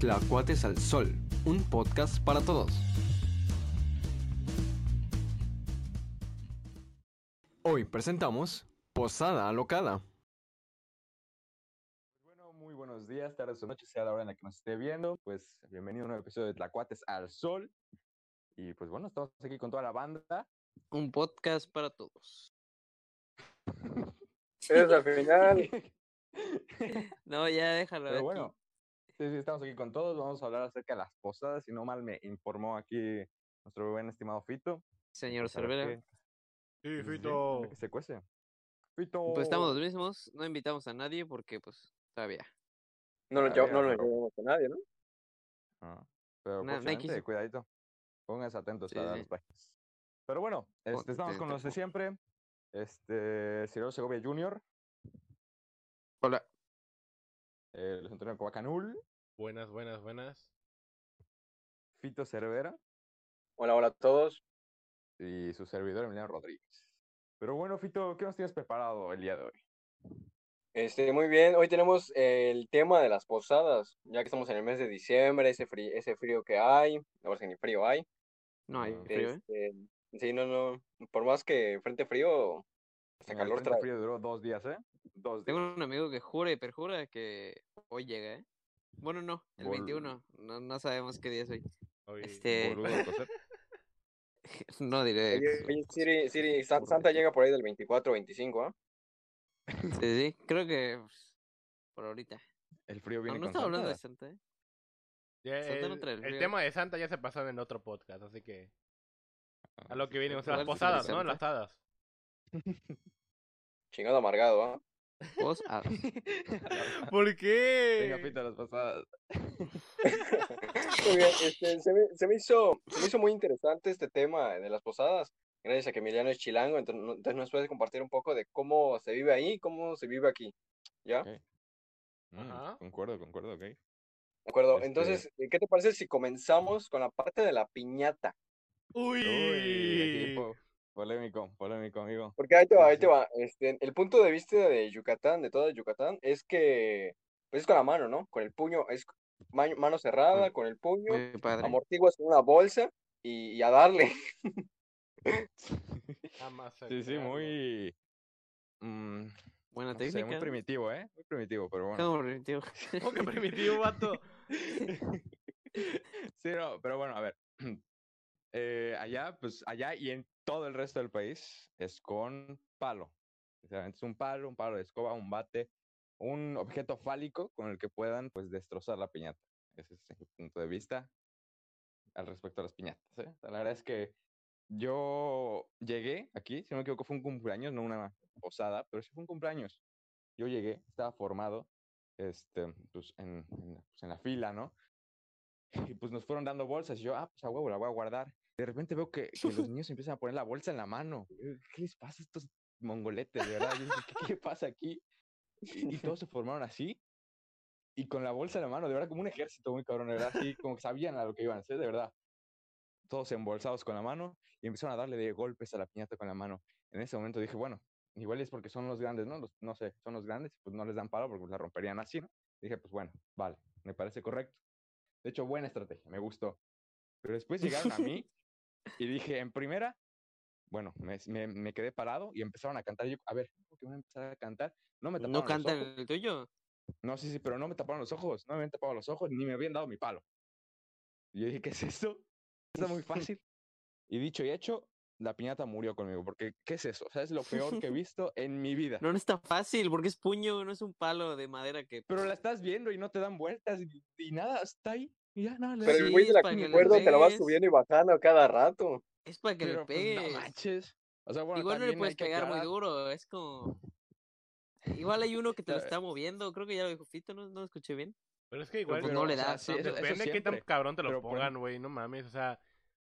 Tlacuates al Sol, un podcast para todos. Hoy presentamos Posada Alocada. Bueno, muy buenos días, tardes o noches, sea la hora en la que nos esté viendo. Pues bienvenido a un nuevo episodio de Tlacuates al Sol. Y pues bueno, estamos aquí con toda la banda. Un podcast para todos. Eres Pues, al final. No, ya déjalo. Pero aquí. bueno, sí, sí, estamos aquí con todos. Vamos a hablar acerca de las posadas. Si no mal me informó aquí nuestro buen estimado Fito. señor Pues, a ver Cervera. qué- Sí, pues, sí, Fito. a ver qué se cuece. Fito. Pues estamos los mismos, no invitamos a nadie porque pues todavía. No lo, A llevo- ver, no a lo ver. llevamos con nadie, ¿no? Ah, pero Na- Nike próximamente, hizo- cuidadito. Pónganse atentos Sí, a sí. las páginas. Pero bueno, este, Ponte estamos con los de atento. siempre. Este, Ciro Segovia Jr., Hola. eh, Luis Antonio Coacanul, Buenas, buenas, buenas. Fito Cervera Hola, hola a todos. y su servidor Emiliano Rodríguez. Pero bueno, Fito, ¿qué nos tienes preparado el día de hoy? Este, muy bien, hoy tenemos el tema de las posadas, ya que estamos en el mes de diciembre, ese frío, ese frío que hay, no parece que ni frío hay. No hay Ah. frío, ¿eh? Este, sí, no, no, por más que frente frío, hasta El calor frente trae. frío duró dos días, ¿eh? Dos días. Tengo un amigo que jura y perjura que hoy llega, ¿eh? Bueno, no, el Bol- 21. No, no sabemos qué día es hoy. Hoy- Este, Boludo, Cosette. no diré. Oye, Sí, oye, Siri, Siri, San- Santa llega por ahí del 24 25, ¿ah? sí, creo que pues, por ahorita. El frío No, viene no con estaba hablando de Santa. Santa, ¿eh? Ya Santa el, no trae el el frío. tema de Santa ya se pasó en otro podcast, así que a lo que viene, o sea, las ¿Cuál es el posadas, de ¿no? Santa? Las hadas. Chingado amargado, ¿ah? Vos, ah, ¿Por Venga, qué? Fito, las pasadas. Muy bien, este, se, me, se me hizo, se me hizo muy interesante este tema de las posadas, gracias a que Emiliano es chilango, entonces, no- entonces nos puedes compartir un poco de cómo se vive ahí, cómo se vive aquí, ¿ya? Ok. Mm, Ajá. concuerdo, concuerdo, ok. De acuerdo, Este- entonces, eh, ¿qué te parece si comenzamos con la parte de la piñata? Uy, aquí Uy. po- polémico, polémico, amigo. Porque ahí te va, Sí, ahí te sí. va. Este, el punto de vista de Yucatán, de toda Yucatán, es que pues es con la mano, ¿no? Con el puño, es ma- mano cerrada, con el puño, muy padre. amortiguas en una bolsa y, y a darle. Sí, sí, muy. mm, Buena no sé, muy técnica. ¿no? primitivo, ¿eh? Muy primitivo, pero bueno. ¿Cómo primitivo? ¿Cómo que primitivo, vato? sí, no, pero bueno, a ver. Eh, allá, pues allá y en todo el resto del país es con palo. Literalmente es un palo, un palo de escoba, un bate, un objeto fálico con el que puedan, pues, destrozar la piñata. Ese es mi punto de vista al respecto a las piñatas. ¿eh? O sea, la verdad es que yo llegué aquí, si no me equivoco, fue un cumpleaños, no una posada, pero sí fue un cumpleaños. Yo llegué, estaba formado, este, pues, en, en- pues, en la fila, ¿no? Y pues nos fueron dando bolsas. Y yo, ah, pues a huevo, la voy a guardar. De repente veo que, que los niños empiezan a poner la bolsa en la mano. Y yo, ¿Qué les pasa a estos mongoletes, de verdad? Yo dije, ¿qué, qué pasa aquí? Y, y todos se formaron así. Y con la bolsa en la mano, de verdad, como un ejército muy cabrón, de verdad, así como que sabían a lo que iban a hacer, de verdad. Todos embolsados con la mano y empezaron a darle de golpes a la piñata con la mano. En ese momento dije, bueno, igual es porque son los grandes, ¿no? Los- no sé, son los grandes, pues no les dan palo porque la romperían así, ¿no? Dije, pues bueno, vale, me parece correcto. De hecho, buena estrategia, me gustó. Pero después llegaron a mí y dije, en primera, bueno, me, me- me quedé parado y empezaron a cantar. y yo, a ver, ¿cómo que van a empezar a cantar? No me taparon ¿No los cantan ojos. el tuyo? No, sí, sí, pero no me taparon los ojos, no me habían tapado los ojos ni me habían dado mi palo. Y yo dije, ¿qué es esto? Está muy fácil. Y dicho y hecho, la piñata murió conmigo, porque ¿qué es eso? O sea, es lo peor que he visto en mi vida. No, no está fácil porque es puño, no es un palo de madera que... Pero la estás viendo y no te dan vueltas y, y nada, está ahí. Y ya nada, le Pero das- el Sí, güey de es la para que le cuerda te la vas pegues. subiendo y bajando a cada rato. Es para que le pero, pues, no pegues. manches. O sea, bueno, Igual no le también hay puedes que pegar muy aclarar- duro, es como... Igual hay uno que te lo Ya- está moviendo, creo que ya lo dijo Fito, no, no lo escuché bien. Pero es que igual. pues pero, no le o sea, das, sí, ¿no? eso- eso Depende de qué tan siempre. cabrón te lo pero por pongan, güey, no mames, o sea,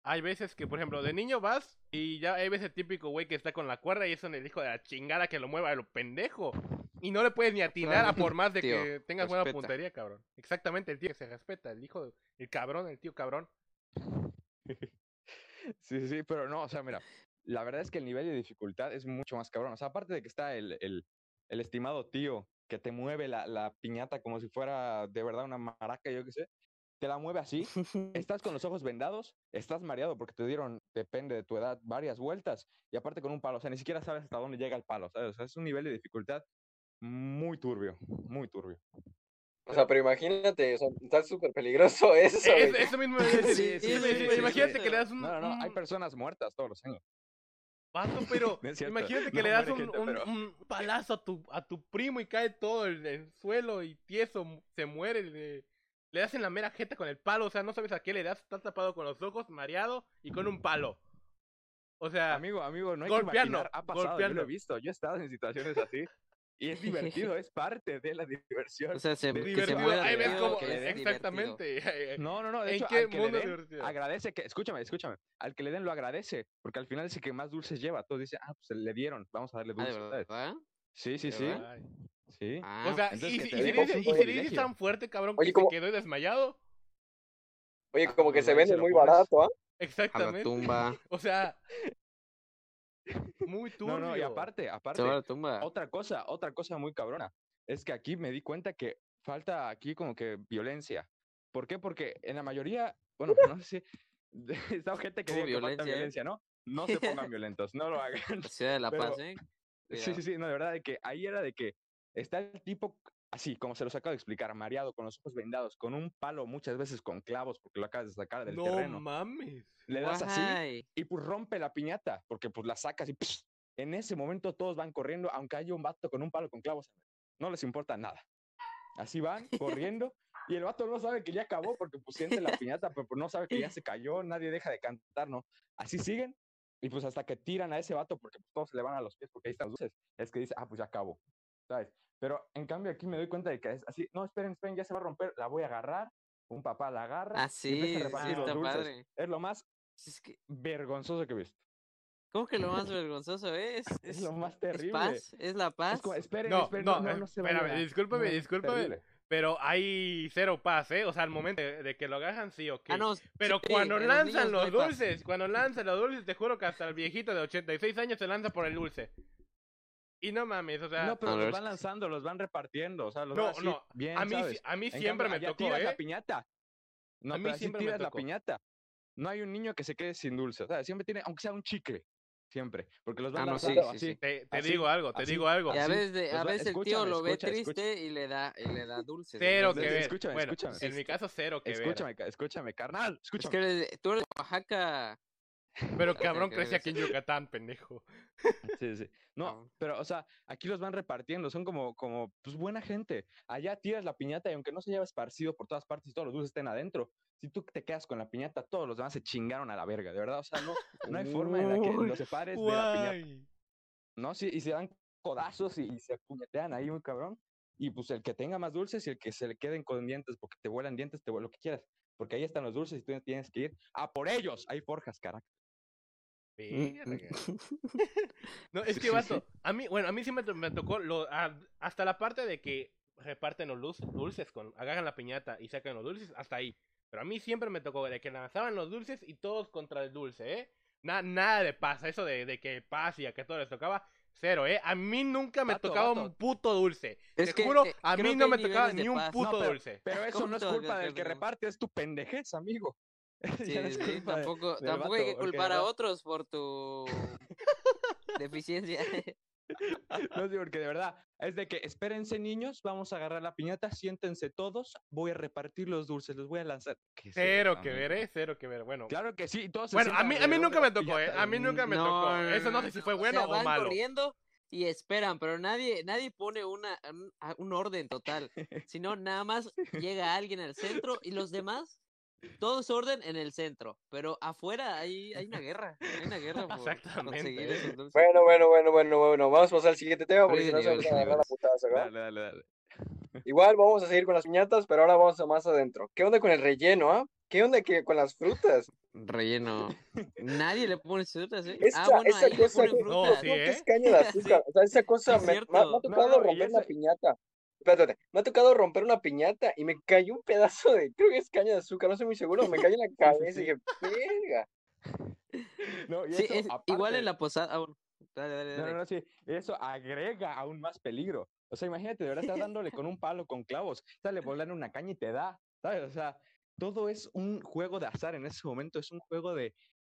hay veces que, por ejemplo, de niño vas y ya hay veces típico, güey, que está con la cuerda y es en el hijo de la chingada que lo mueva, lo pendejo, y no le puedes ni atinar a por más de Tío, que tengas buena respeta. puntería, cabrón. Exactamente, el tío que se respeta, el hijo, de- el cabrón, el tío cabrón. Sí, sí, pero no, o sea, mira, la verdad es que el nivel de dificultad es mucho más cabrón. O sea, aparte de que está el, el, el estimado tío que te mueve la, la piñata como si fuera de verdad una maraca, yo qué sé, te la mueve así, estás con los ojos vendados, estás mareado porque te dieron, depende de tu edad, varias vueltas y aparte con un palo, o sea, ni siquiera sabes hasta dónde llega el palo, ¿sabes? O sea, es un nivel de dificultad muy turbio, muy turbio. O sea, pero imagínate, o sea, está súper peligroso eso. E, Es- güey. Eso mismo me iba a Sí, decir. sí, sí, me iba a decir, sí, sí, Imagínate sí. que le das un, No, no, no, hay un personas muertas todos los años. vato, pero No es cierto, imagínate que no le das muere un, gente, un- pero- un palazo a tu, a tu primo y cae todo el, el suelo y tieso, mu- se muere. Le, le das en la mera jeta con el palo, o sea, no sabes a qué le das, estás tapado con los ojos, mareado y con un palo. O sea, Amigo, amigo, no hay golpearlo, que imaginar, ha pasado, yo lo golpearlo. he visto, yo he estado en situaciones así y es divertido, es parte de la diversión. O sea, se, que se divertido. muera. Ahí ves divertido, cómo- que es divertido. exactamente. No, no, no, de ¿En hecho, qué al que le mundo den, divertido? agradece que, escúchame, escúchame, al que le den lo agradece, porque al final es el que más dulces lleva, todos dicen, ah, pues le dieron, vamos a darle Ah, dulces, ¿de ¿sabes? verdad? Sí, sí, ¿De sí, verdad? Ay. sí. Ah, O sea, y, entonces si- que y te si digo, le dices- es un y si le dices privilegio. tan fuerte, cabrón, Oye, que ¿cómo? se quedó desmayado. Oye, como que Ah, se ahí vende se lo muy pones. barato, ¿ah? a la Exactamente. tumba. O sea, muy turbio. No, no, y aparte, Se va a aparte, la tumba. otra cosa, otra cosa muy cabrona, es que aquí me di cuenta que falta aquí como que violencia. ¿Por qué? Porque en la mayoría, bueno, pues, no sé si está gente que Hubo diga que falta violencia, violencia, ¿no? No se pongan violentos, no lo hagan. La ciudad de La pero- Paz, ¿eh? Sí, sí, Cuidado. sí, no, de verdad, de que ahí era de que está el tipo así, como se los acabo de explicar, mareado, con los ojos vendados, con un palo, muchas veces con clavos, porque lo acabas de sacar del No terreno. mames. Le das así Guay. y pues rompe la piñata, porque pues la sacas y ¡psh! en ese momento todos van corriendo, aunque haya un vato con un palo con clavos, no les importa nada. Así van corriendo y el vato no sabe que ya acabó porque pues siente la piñata, pero pues, no sabe que ya se cayó, nadie deja de cantar, ¿no? Así siguen y pues hasta que tiran a ese vato porque pues, todos se le van a los pies porque ahí están los dulces, es que dice, ah, pues ya acabó, ¿sabes? Pero en cambio aquí me doy cuenta de que es así, no, esperen, esperen, ya se va a romper, la voy a agarrar, un papá la agarra, Ah, sí, sí, empieza a repartir los está dulces. padre. es lo más Es que, vergonzoso que he visto. ¿Cómo que lo más vergonzoso es? Es lo más es terrible. paz, es la paz. Es como, esperen, No, esperen, no, no, no, eh, no se espérame, vayan a- discúlpame, no, discúlpame. terrible. Pero hay cero paz, ¿eh? O sea, al momento de, de que lo agarran, sí, ok. Ah, no, Pero sí, cuando en lanzan niños no los hay paz. dulces, cuando lanzan los dulces, te juro que hasta el viejito de 86 años se lanza por el dulce. Y no mames, o sea, No, pues, pero A los ver. van lanzando, los van repartiendo, o sea, los No, van así, no, bien, a mí, ¿sabes? a mí En siempre cambio, me allá tocó, tiras la ¿eh? piñata. No, A mí pero así siempre me tiras la tocó. piñata. No hay un niño que se quede sin dulce, o sea, siempre tiene, aunque sea un chicle, siempre, porque los van Ah, no, sí, lanzando sí, así. sí. Te, te así, digo algo, te así, digo algo. Y a así, veces, de- a los va- veces el tío escúchame, lo ve escucha, escucha. triste y le da, y le da dulces. Cero que Entonces, ver. escúchame, bueno, escúchame. en mi caso, cero que ver. Escúchame, ca- escúchame, carnal, Es escúchame. que eres- tú eres de Oaxaca. Pero cabrón, que crecí ver, aquí en Yucatán, pendejo. Sí, sí. No, Cabrón. pero, o sea, aquí los van repartiendo, son como, como, pues, buena gente. Allá tiras la piñata y aunque no se haya esparcido por todas partes y todos los dulces estén adentro, si tú te quedas con la piñata, todos los demás se chingaron a la verga, de verdad. O sea, no, no hay forma en la que Uy, los separes de la piñata. Guay. No, sí, y se dan codazos y, y se puñetean ahí muy cabrón. Y pues el que tenga más dulces y el que se le queden con dientes, porque te vuelan dientes, te vuelan lo que quieras. Porque ahí están los dulces y tú tienes que ir a por ellos. Ahí forjas, carajo. Verga. Mm, No, es Sí, que sí, vato, a mí, bueno, a mí sí me, to- me tocó lo, ah, hasta la parte de que reparten los luz- dulces, con, agarran la piñata y sacan los dulces, hasta ahí. Pero a mí siempre me tocó de que lanzaban los dulces y todos contra el dulce, ¿eh? Na- nada de paz, eso de, de que paz y a que todo les tocaba, cero, ¿eh? A mí nunca me Vato, tocaba vato. un puto dulce. Es Te que, juro, eh, a creo mí que no hay me tocaba niveles de ni un pasa. puto No, pero- dulce. Pero eso no es Juntos, culpa yo del que creo. reparte, es tu pendejez, amigo. Eso Sí, ya no es sí, sí, culpa de- tampoco, del tampoco hay que vato, ok, culpar a ¿verdad? otros por tu deficiencia. No sé, porque de verdad, es de que espérense niños, vamos a agarrar la piñata, siéntense todos, voy a repartir los dulces, los voy a lanzar. ¿Qué es Cero eso, que ver, amigo? ¿eh? Cero que ver, bueno. Claro que sí, y todos se Bueno, a sientan mí, a mí alrededor nunca de la me tocó, ¿eh? piñata. A mí nunca me No, tocó. no, Eso no no, sé si fue O bueno sea, o van malo. corriendo y esperan, pero nadie, nadie pone una, un- a- un orden total, sino nada más llega alguien al centro y los demás, todos orden en el centro, pero afuera hay, hay una guerra, hay una guerra por Exactamente, conseguir ¿eh? esos dulces. Bueno, bueno, bueno, bueno, bueno. Vamos a pasar al siguiente tema porque si no se van a Niveles, agarrar a niveles. putazos, Ah, ¿verdad? Dale, dale, dale. Igual vamos a seguir con las piñatas, pero ahora vamos a más adentro. ¿Qué onda con el relleno, ah? ¿Qué onda que, con las frutas? Relleno. Nadie le pone frutas, ¿eh? Esa, ah, bueno, esa ahí le cosa ponen que, No, frutas. sí, no, que ¿eh? es caña de azúcar. O sea, esa cosa es me, me ha- me ha, cierto. tocado No, no, y romper una esa- piñata. Espérate, me ha tocado romper una piñata y me cayó un pedazo de, creo que es caña de azúcar, no estoy muy seguro, me cayó en la cabeza y dije, verga. No, y Sí, eso es- igual aparte- en la posada. ah, bueno. Dale, dale, No, dale. no, no, sí. Eso agrega aún más peligro. O sea, imagínate, de verdad, estás dándole con un palo, con clavos, sale volando una caña y te da, ¿sabes? O sea, todo es un juego de azar en ese momento, es un juego de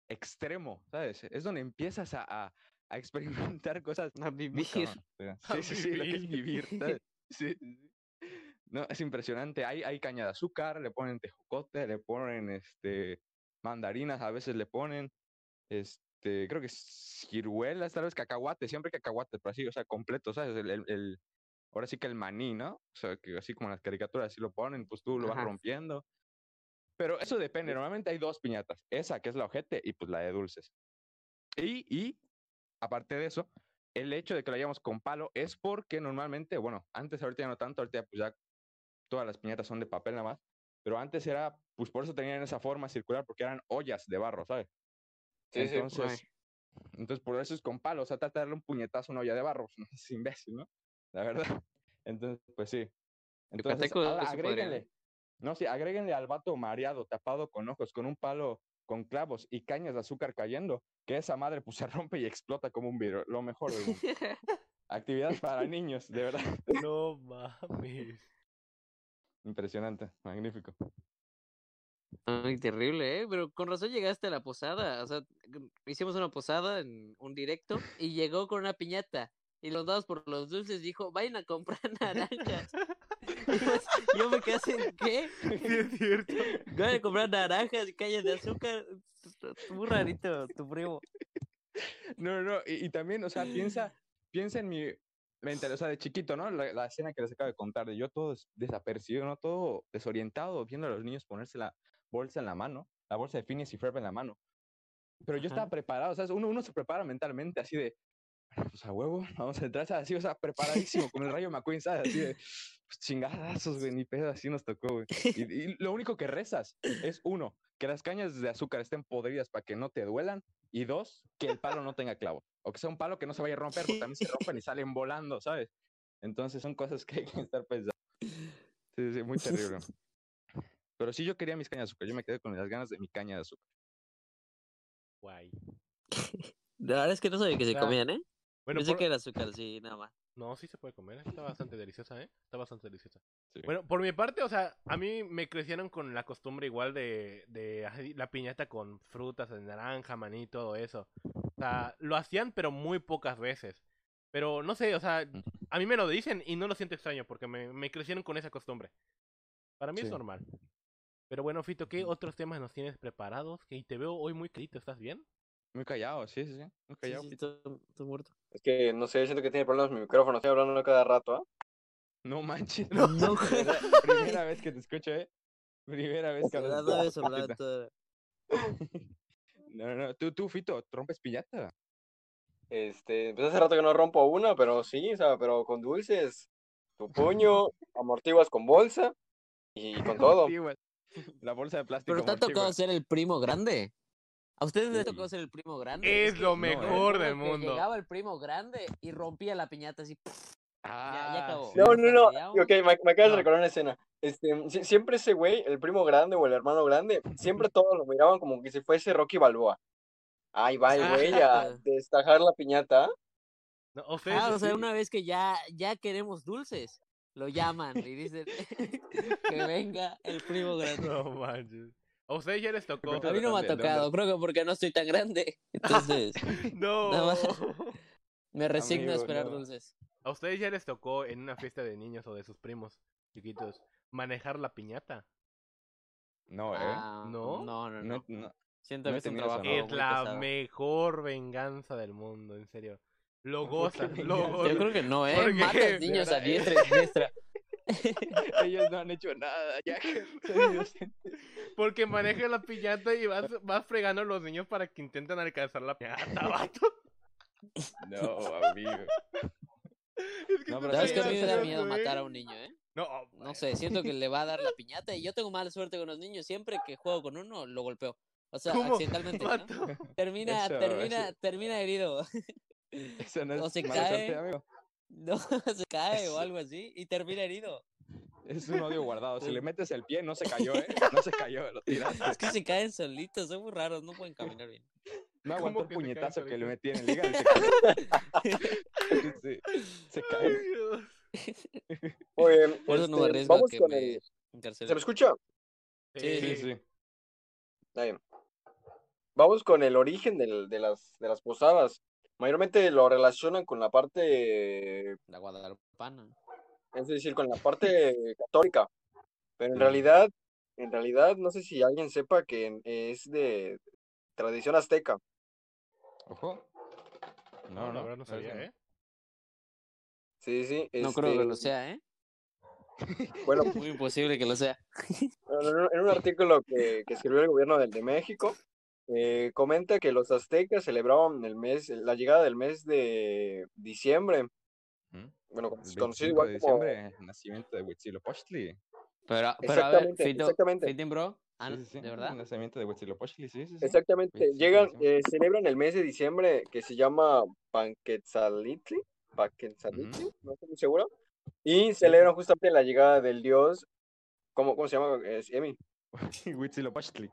extremo, ¿sabes? Es donde empiezas a, a- a experimentar cosas A muy vivir. cabrón, o sea, A Sí, sí, sí, lo que es vivir. vivir, ¿sabes? Sí, sí, sí. No, es impresionante. Hay, hay caña de azúcar, le ponen tejocote, le ponen este mandarinas, a veces le ponen este, creo que es ciruelas, tal vez cacahuate, siempre cacahuate, pero así, o sea, completo, ¿sabes? El, el- el- ahora sí que el maní, ¿no? O sea, que así como en las caricaturas, así lo ponen, pues tú lo vas Ajá. rompiendo. Pero eso depende, normalmente hay dos piñatas, esa que es la ojete y pues la de dulces. Y, y aparte de eso, el hecho de que lo hayamos con palo es porque normalmente, bueno, antes ahorita ya no tanto, ahorita pues ya todas las piñatas son de papel nada más, pero antes era, pues por eso tenían esa forma circular, porque eran ollas de barro, ¿sabes? Sí, sí. entonces, entonces por eso es con palo, o sea, trata de darle un puñetazo a una olla de barro, no es imbécil, ¿no? La verdad. Entonces, pues sí. Entonces, Yucateco, ahora eso podría. agréguenle, no, sí, agréguenle al vato mareado, tapado con ojos, con un palo con clavos y cañas de azúcar cayendo, que esa madre pues se rompe y explota como un vidrio, lo mejor del mundo. Actividad para niños, de verdad. No mames. Impresionante, magnífico. Ay, terrible, ¿eh? Pero con razón llegaste a la posada. O sea, g- hicimos una posada en un directo y llegó con una piñata. Y los dados por los dulces dijo, vayan a comprar naranjas. Y pues, yo me quedé así, ¿qué? Sí, es cierto. Vayan a comprar naranjas y calles de azúcar. Muy rarito, tu primo. No, no, y, y también, o sea, piensa, piensa en mi mentalidad, o sea, de chiquito, ¿no? La, la escena que les acabo de contar, de yo todo des- desapercibido, ¿no? Todo desorientado, viendo a los niños ponerse la bolsa en la mano, la bolsa de Phineas y Ferb en la mano. Pero yo estaba Ajá. preparado, o sea, uno, uno se prepara mentalmente así de, "Ah, pues a huevo, vamos a entrar así, o sea, preparadísimo, con el rayo McQueen, ¿sabes? Así de, pues, chingadazos, güey, ni pedo, así nos tocó, güey. Y, y lo único que rezas es, uno, que las cañas de azúcar estén podridas para que no te duelan, y dos, que el palo no tenga clavos. O que sea un palo que no se vaya a romper, porque también se rompen y salen volando, ¿sabes? Entonces son cosas que hay que estar pensando. Sí, sí, sí, muy terrible. Pero sí, yo quería mis cañas de azúcar. Yo me quedé con las ganas de mi caña de azúcar. Guay. La verdad es que no sabía que se Ah, comían, ¿eh? Bueno, Pensé por- que era azúcar, sí, nada más. No, sí se puede comer, está bastante deliciosa, ¿eh? Está bastante deliciosa. Sí. Bueno, por mi parte, o sea, a mí me crecieron con la costumbre igual de, de así, la piñata con frutas, de naranja, maní, todo eso. O sea, lo hacían, pero muy pocas veces. Pero no sé, o sea, a mí me lo dicen y no lo siento extraño porque me, me crecieron con esa costumbre. Para mí es Sí. normal. Pero bueno, Fito, ¿qué otros temas nos tienes preparados? Que te veo hoy muy querido, ¿estás bien? Muy callado, sí, sí, sí. Muy Sí, callado. sí, Pito. estoy- estoy muerto. Es que no sé, siento que tiene problemas mi micrófono, estoy hablando cada rato, ¿ah? No manches. No, no, güey. primera, primera vez que te escucho, ¿eh? Primera vez que hablas. Hablando de eso, hablando de Neta. todo. No, no, no. Tú, tú, Fito, rompes piñata. Este, pues hace rato que no rompo una, pero sí, o sea, pero con dulces, tu puño, amortiguas con bolsa y con todo. Sí, güey. La bolsa de plástico. Pero te ha amortigua. tocado ser el primo grande. ¿A ustedes les ha tocado Uy. ser el primo grande? Es lo no, eh. mejor recuerdo del que mundo. Llegaba el primo grande y rompía la piñata así. ya Ah, acabó. sí. No, Nos no, no. paseamos. Ok, me, me acabas No. de recordar una escena. Este, si- siempre ese güey, el primo grande o el hermano grande, siempre todos lo miraban como que si fuese Rocky Balboa. Ahí va el güey a Ajá. destajar la piñata. No, o sea, Ah, o sea, sí. una vez que ya, ya queremos dulces, lo llaman y dicen que venga el primo grande. No manches. A ustedes ya les tocó. Cuéntame. A mí no me ha ¿Dónde- dónde? tocado, creo que porque no estoy tan grande. Entonces, Nada No. más. me resigno a Amigo, esperar no. dulces. A ustedes ya les tocó en una fiesta de niños o de sus primos chiquitos manejar la piñata. No, ¿eh? Ah, ¿No? No, no, No, no. no. Siento no que he es un tenido esa trabajo No, es muy la pesado. mejor venganza del mundo, en serio. Lo ¿Por qué gozas, lo venganza? gozas. Yo creo que no, ¿eh? Porque, de Matas niños a verdad, ¿eh? diestra y siniestra. Ellos no han hecho nada, ya que son inocentes. Porque manejas la piñata y vas, vas fregando a los niños para que intenten alcanzar la piñata, vato. No, amigo. Es No, pero La tú sí, verdad es sabes que a mí me da hacer miedo eso, matar ¿eh? a un niño, ¿eh? No, oh, No sé, siento que le va a dar la piñata y yo tengo mala suerte con los niños. Siempre que juego con uno, lo golpeo. O sea, ¿Cómo? accidentalmente, ¿no? vato. Termina, Eso, termina, eso. termina herido. Eso no O es se mala suerte, cae. amigo. No, se cae o Eso. algo así y termina herido. Es un odio guardado. Si le metes el pie, no se cayó, ¿eh? No se cayó, lo tiraste. Es que se caen solitos, son muy raros, no pueden caminar bien. No aguantó el ¿Cómo que se cae, puñetazo que le Felipe? metí en el hígado y se cayó. Sí, se Ay, cae. Dios. Oye, Por eso no me este, arriesgo a vamos que con me el- ¿Se encarcelen. me escucha? Sí, Eh, Sí, sí. Está bien. Vamos con el origen del- de, las, de las posadas. Mayormente lo relacionan con la parte, La Guadalupana. es decir, con la parte católica. Pero en Ujú. realidad, en realidad, no sé si alguien sepa que en- es de tradición azteca. Ojo. No, No, la no, verdad no sabía, ¿eh? Sí, sí. No creo que este, lo sea, ¿eh? Bueno, Muy imposible que lo sea. Bueno, En un, en un artículo que, que escribió el gobierno del- de, México, eh, comenta que los aztecas celebraban el mes, la llegada del mes de diciembre, ¿Mm? bueno, El con- 25 Pues conocido igual de como... diciembre, nacimiento de Huitzilopochtli. Pero, pero a ver, Exactamente, Fito, exactamente. Fitin, bro. ah, Sí, sí, sí, ¿De El verdad? nacimiento de Huitzilopochtli, sí, sí, sí. Exactamente, 25 de llegan, diciembre. eh, celebran el mes de diciembre que se llama Panquetzalitli, Panquetzalitli, no estoy muy seguro, y celebran justamente la llegada del dios, ¿cómo, cómo se llama? Es Emi. Huitzilopochtli.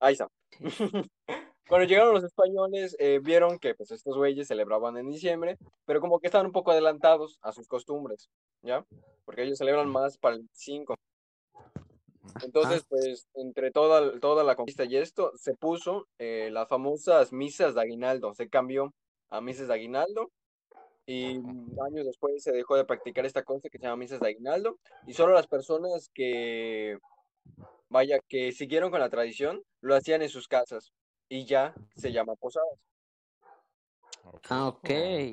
Ahí está. Cuando llegaron los españoles, eh, vieron que pues estos güeyes celebraban en diciembre, pero como que estaban un poco adelantados a sus costumbres, ¿ya? Porque ellos celebran más para el 5. Entonces, pues, entre toda, toda la conquista y esto, se puso eh, las famosas misas de aguinaldo, se cambió a misas de aguinaldo, y años después se dejó de practicar esta cosa que se llama misas de aguinaldo, y solo las personas que, vaya, que siguieron con la tradición, lo hacían en sus casas, y ya se llama posadas. Ah, ok.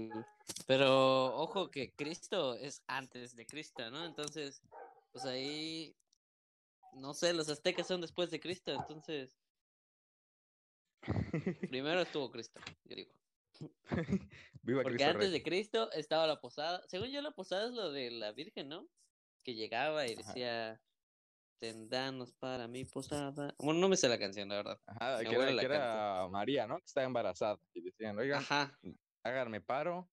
Ojo. Pero ojo que Cristo es antes de Cristo, ¿no? Entonces, pues ahí, no sé, los aztecas son después de Cristo, entonces... Primero estuvo Cristo, yo digo. Viva Porque Cristo antes Rey. de Cristo estaba la posada. Según yo, la posada es lo de la Virgen, ¿no? Que llegaba y Ajá. decía, tendanos para mi posada. Bueno, no me sé la canción, la verdad. Ajá, Mi que era, abuela la que canta. era María, ¿no? Que estaba embarazada. Y decían, oigan, Ajá, háganme paro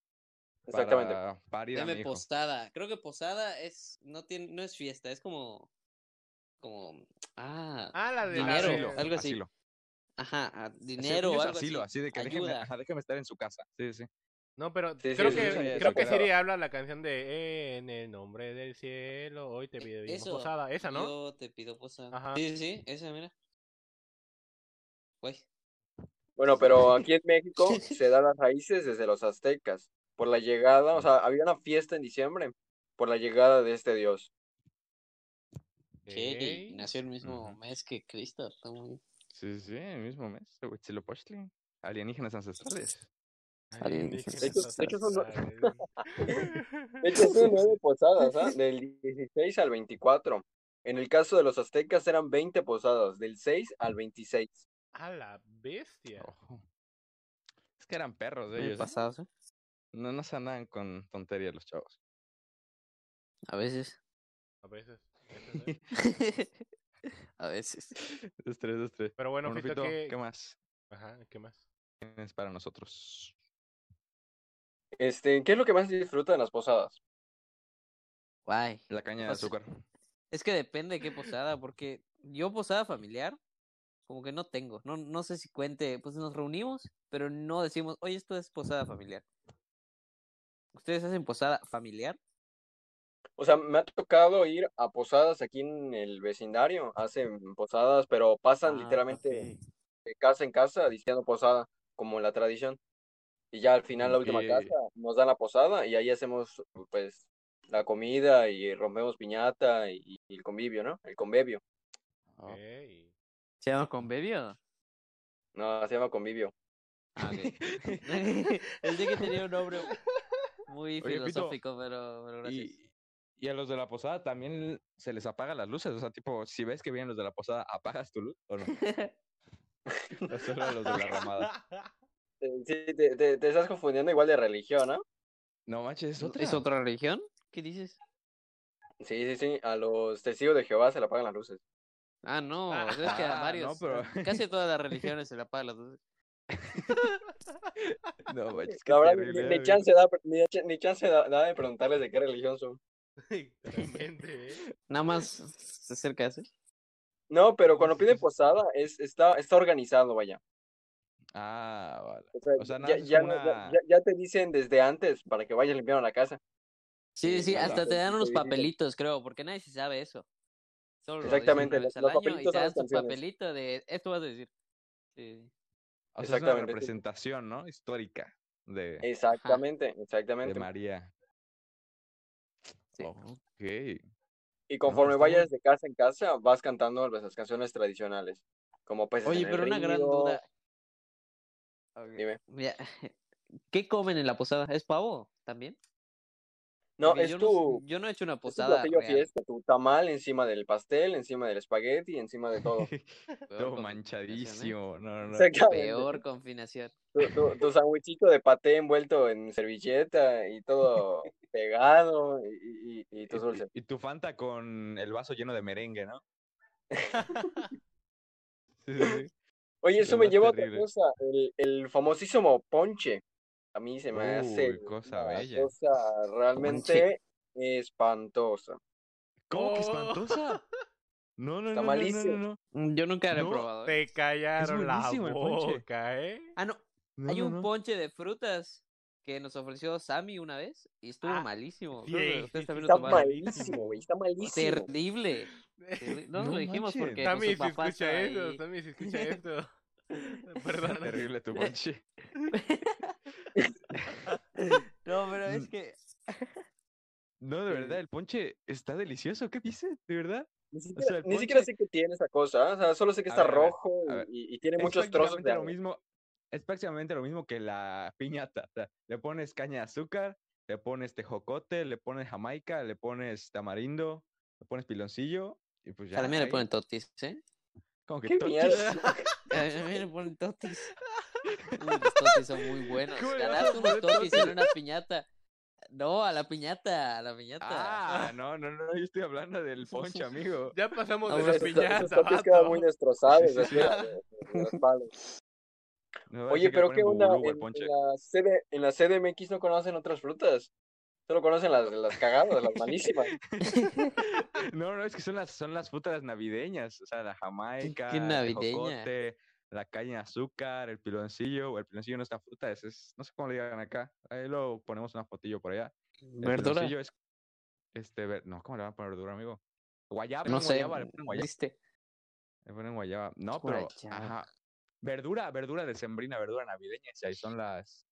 Exactamente. para parir a mi deme hijo. postada. Creo que posada es, no tiene, no es fiesta, es como, como, ah, Ah, la de la Dinero, de- algo así. asilo. ajá, ah, Según yo dinero o es algo asilo, así. así de que déjenme, Ayuda. ajá, déjenme estar en su casa. Sí, sí. No, pero Sí, sí, creo sí, sí, que sí, creo que sí, sí. Siri habla la canción de En el nombre del cielo, hoy te pido bien Eso, posada, esa, ¿no? Yo te pido posada. Ajá. Sí, sí, sí, esa, mira. Güey. Bueno, pero aquí en México se dan las raíces desde los aztecas, por la llegada, o sea, había una fiesta en diciembre por la llegada de este dios. Okay. y Ok. Nació el mismo Ujú. mes que Cristo. está muy- Sí, sí, el mismo mes, Huitzilopochtli. Alienígenas ancestrales. Alienígenas De hecho- de hecho son- De hecho, ancestrales. son nueve posadas, ¿ah? Del 16 al 24. En el caso de los aztecas eran 20 posadas, del 6 al 26. A la bestia. Ojo. Es que eran perros muy ellos. ¿eh? pasados, ¿eh? No, no se andaban con tonterías los chavos. A veces. A veces. a veces, ¿eh? A veces. Dos, tres, dos, tres. Pero bueno, Bueno, Fito, Fito, ¿qué- ¿qué más Ajá, ¿qué más? tienes para nosotros? Este, ¿qué es lo que más disfrutan en las posadas? Guay. La caña de Pues, azúcar. Es que depende de qué posada, porque yo posada familiar, como que no tengo. No, no sé si cuente, pues nos reunimos, pero no decimos, oye, esto es posada familiar. ¿Ustedes hacen posada familiar? O sea, me ha tocado ir a posadas aquí en el vecindario, hacen posadas, pero pasan Ah, literalmente ok. de casa en casa diciendo posada, como la tradición. Y ya al final, la última Ok. casa, nos dan la posada y ahí hacemos, pues, la comida y rompemos piñata y, y el convivio, ¿no? El convivio. Oh. Ok. ¿Se llama convivio? No, se llama convivio. Ah, ok. El de que tenía un nombre muy Oye, Pito, filosófico, pero, pero gracias. y, y a los de la posada también se les apagan las luces. O sea, tipo, si ves que vienen los de la posada, ¿apagas tu luz o no? O solo a los de la ramada. Eh, Sí, te, te- te estás confundiendo igual de religión, ¿no? No manches, es otra. ¿Es otra religión? ¿Qué dices? Sí, sí, sí, a los testigos de Jehová se le apagan las luces. Ah, no, Ah, es que no, a varios, pero- a casi a todas las religiones se la pagan las luces. No manches, qué La verdad, terrible. ni, eh, ni chance da, ni, ch- ni chance da, da de preguntarles de qué religión son. Realmente, ¿eh? Nada más se acerca a eso. No, pero Sí, cuando sí, piden sí. posada, es, está, está organizado, vaya. Ah, vale. O sea, O sea, ya, nada más es ya como no- ya- una- ya- ya te dicen desde antes para que vayas limpiando la casa. Sí, sí, Sí, ala. hasta te dan Sí, unos sí, sí. papelitos, creo, porque nadie se sabe eso. Solo lo Exactamente, dicen los- una los vez al año y papelitos te son dan las tu canciones. papelito de esto vas a decir. Sí. O sea, es una Exactamente, sí. representación, ¿no? Histórica de, de Exactamente, exactamente. María. Sí. Oh. Ok. Y conforme está vayas de casa en casa, vas cantando las canciones tradicionales. Como peces Oye, en el pero una gran río. duda. Dime. Mira, ¿Qué comen en la posada? ¿Es pavo también? No, Porque es yo tu, yo no he hecho una es tu posada. platillo real, fiesta, tu tamal encima del pastel, encima del espagueti, encima de todo. peor Todo combinación, ¿eh? manchadísimo. No, no, no. Exactamente. Peor confinación. Tu, tu, tu sandwichito de paté envuelto en servilleta y todo pegado y, y- y- y tus Y- dulces. y, y tu Fanta con el vaso lleno de merengue, ¿no? Sí, sí, sí. Oye, lo eso me más lleva a otra terrible. cosa, el, el famosísimo ponche. A mí se me hace Uy, cosa una bella. cosa realmente espantosa. ¿Cómo que Oh. espantosa? No, Está no, no, no, no, malísimo. no, no. Mm, Yo nunca lo he No, probado. ¿eh? Te callaron la buenísimo el ponche. boca, ¿eh? Ah, no. No, Hay no, un no. ponche de frutas que nos ofreció Sammy una vez y estuvo Ah, malísimo. sí, Creo que sí, ustedes sí, también lo Está tomaron. malísimo, güey, está malísimo. Terrible. Terri- No, No lo dijimos manches. porque También su si papá escucha estaba eso, ahí. también si escucha esto. Perdón. Está terrible tu ponche. No, pero es Mm. que No, de verdad, el ponche está delicioso. ¿Qué dices? ¿De verdad? Ni siquiera, el ni siquiera ponche- sé qué tiene esa cosa, ¿eh? o sea, solo sé que A está ver, a ver, rojo a ver. y, y tiene Es muchos trozos prácticamente de lo algo. mismo. Es prácticamente lo mismo que la piñata. o sea, le pones caña de azúcar, le pones tejocote, le pones jamaica, le pones tamarindo, le pones piloncillo y pues Ah, ya. también le ahí, ponen totis, ¿eh? como que ¡Qué totis. mierda! También le ponen totis. Uy, los totis son muy buenos. ¿Cómo le vas a Ganaste unos poner totis totis? en una piñata. No, a la piñata, a la piñata. Ah, no, no, no, yo estoy hablando del ponche, amigo. Ya pasamos No, de Esos la pues, to- esos piñata, totis quedan muy vato. destrozados Sí, sí, sí. después de- de los palos. Me va a Oye, decir que le pero ponen qué onda, bululú en, al en ponche. la CD, en la CDMX no conocen otras frutas. Solo conocen las, las cagadas, las malísimas. No, no, es que son las, son las frutas navideñas, o sea, la jamaica, navideña? el jocote, la caña de azúcar, el piloncillo, o el piloncillo no es una fruta, es, es- no sé cómo le digan acá, ahí lo ponemos una fotillo por allá. El Verdura. piloncillo es, este, ver- no, ¿cómo le van a poner verdura, amigo? Guayaba, le No ponen sé. guayaba, le ponen guayaba, ¿Viste? le ponen guayaba. No, pero, Guayaba. ajá, verdura, verdura decembrina, verdura navideña, si ahí son las,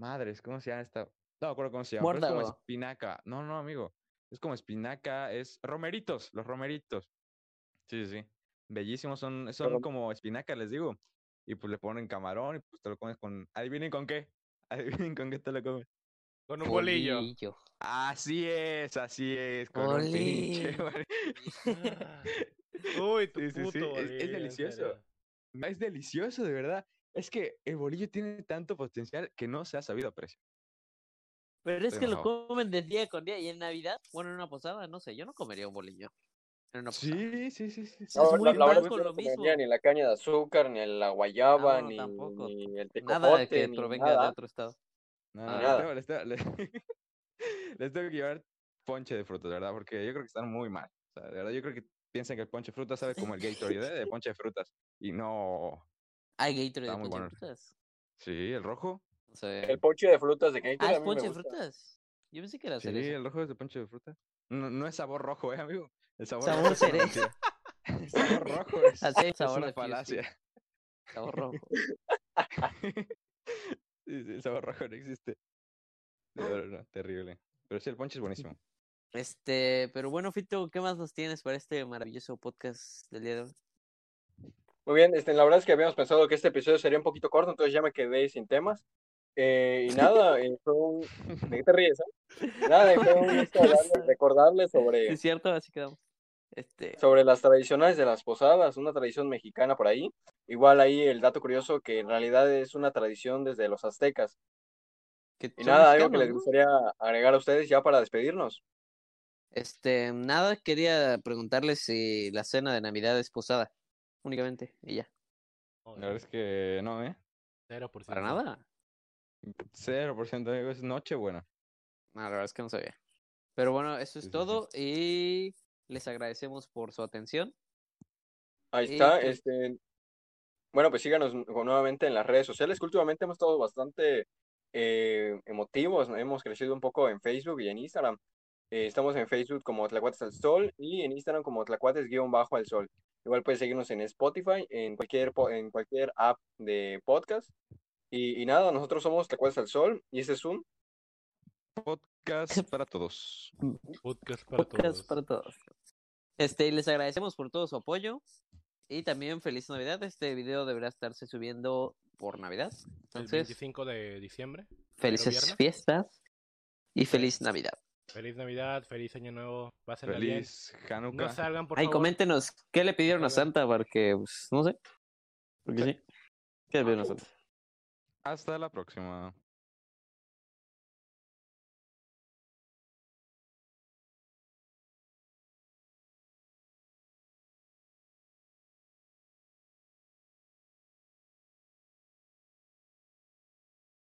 madres, ¿cómo se llama esta? No me acuerdo cómo se llama, pero es como Muérdago. espinaca, no, no, amigo, es como espinaca, es romeritos, los romeritos. Sí, sí, sí. Bellísimos, son, son Pero- como espinacas, les digo. Y pues le ponen camarón y pues te lo comes con. Adivinen con qué. Adivinen con qué te lo comes. Con un bolillo. Bolillo. Así es, así es. Con un pinche. Bolillo. bol- Ah. Uy, tu Sí, sí, sí, puto es- es bolillo, en delicioso. serio. No, Es delicioso, de verdad. Es que el bolillo tiene tanto potencial que no se ha sabido apreciar. Pero es Estoy que lo enojado. comen de día con día y en Navidad, bueno, en una posada, no sé, yo no comería un bolillo. En una posada. Sí, sí, sí, sí. sí, No, sí, pues, muy buen verdad blanco es que lo no comería mismo. ni la caña de azúcar, ni la guayaba, no, ni, tampoco. ni el Nada de tecocote, que ni provenga de nada. otro estado. No, Ah, no, les tengo, les tengo- les- les tengo que llevar ponche de frutas, ¿verdad? Porque yo creo que están muy mal. O sea, de verdad, yo creo que piensan que el ponche de frutas sabe como el Gatorade ¿eh? de ponche de frutas. Y no. Hay Gatorade Está de muy ponche bueno. de frutas. Sí, el rojo. No sé. El ponche de frutas de Gatorade Ah, a es mí me ponche de gusta. frutas. Yo pensé que era Sí, cereza. el rojo es de ponche de frutas. No, no es sabor rojo, ¿eh, amigo? El sabor, Sabor rojo es una cereza. mentira. sabor rojo es, Así es, es sabor una de Fiusti, falacia. sabor rojo. Sí, sí, el sabor rojo no existe. No, no, no, terrible. Pero sí, el ponche es buenísimo. Este, pero bueno, Fito, ¿qué más nos tienes para este maravilloso podcast del día de hoy? Muy bien, este, la verdad es que habíamos pensado que este episodio sería un poquito corto, entonces ya me quedé sin temas. Eh, y nada, eh, fue un... ¿De qué te ríes? eh? Nada, fue un gusto hablarles, recordarles sobre... Sí, es cierto, así quedamos. Este, sobre las tradicionales de las posadas, una tradición mexicana por ahí. Igual ahí el dato curioso que en realidad es una tradición desde los aztecas. que Y son nada, algo que mexicanos, les ¿no? gustaría agregar a ustedes ya para despedirnos. Este, nada, quería preguntarles si la cena de Navidad es posada, únicamente, y ya. No, La verdad es que no, ¿eh? cero por ¿Para ciento. nada? 0% amigo, es noche buena. No, la verdad es que no sabía. Pero bueno, Sí, eso sí, es sí. todo y les agradecemos por su atención. Ahí Sí, está, pues. este. Bueno, pues síganos nu- nuevamente en las redes sociales, que últimamente hemos estado bastante eh, emotivos, hemos crecido un poco en Facebook y en Instagram. Eh, estamos en Facebook como Tlacuates al Sol y en Instagram como Tlacuates-Bajo al Sol. Igual puedes seguirnos en Spotify, en cualquier, po- en cualquier app de podcast. Y, y nada, nosotros somos Tlacuates al Sol y este es un... Podcast para todos. Podcast para Podcast todos. para todos. Este, y les agradecemos por todo su apoyo. Y también feliz Navidad. Este video deberá estarse subiendo por Navidad. El Entonces, 25 de diciembre. felices viernes. fiestas y feliz Navidad. Feliz Navidad, feliz Año Nuevo. Pásenla Feliz bien. No Hanukkah. salgan, por Ay, favor. coméntenos, ¿qué le pidieron a Ojalá. Santa? Porque, pues, Pues no sé. Porque sí. ¿Qué le pidieron a Santa? Hasta la próxima.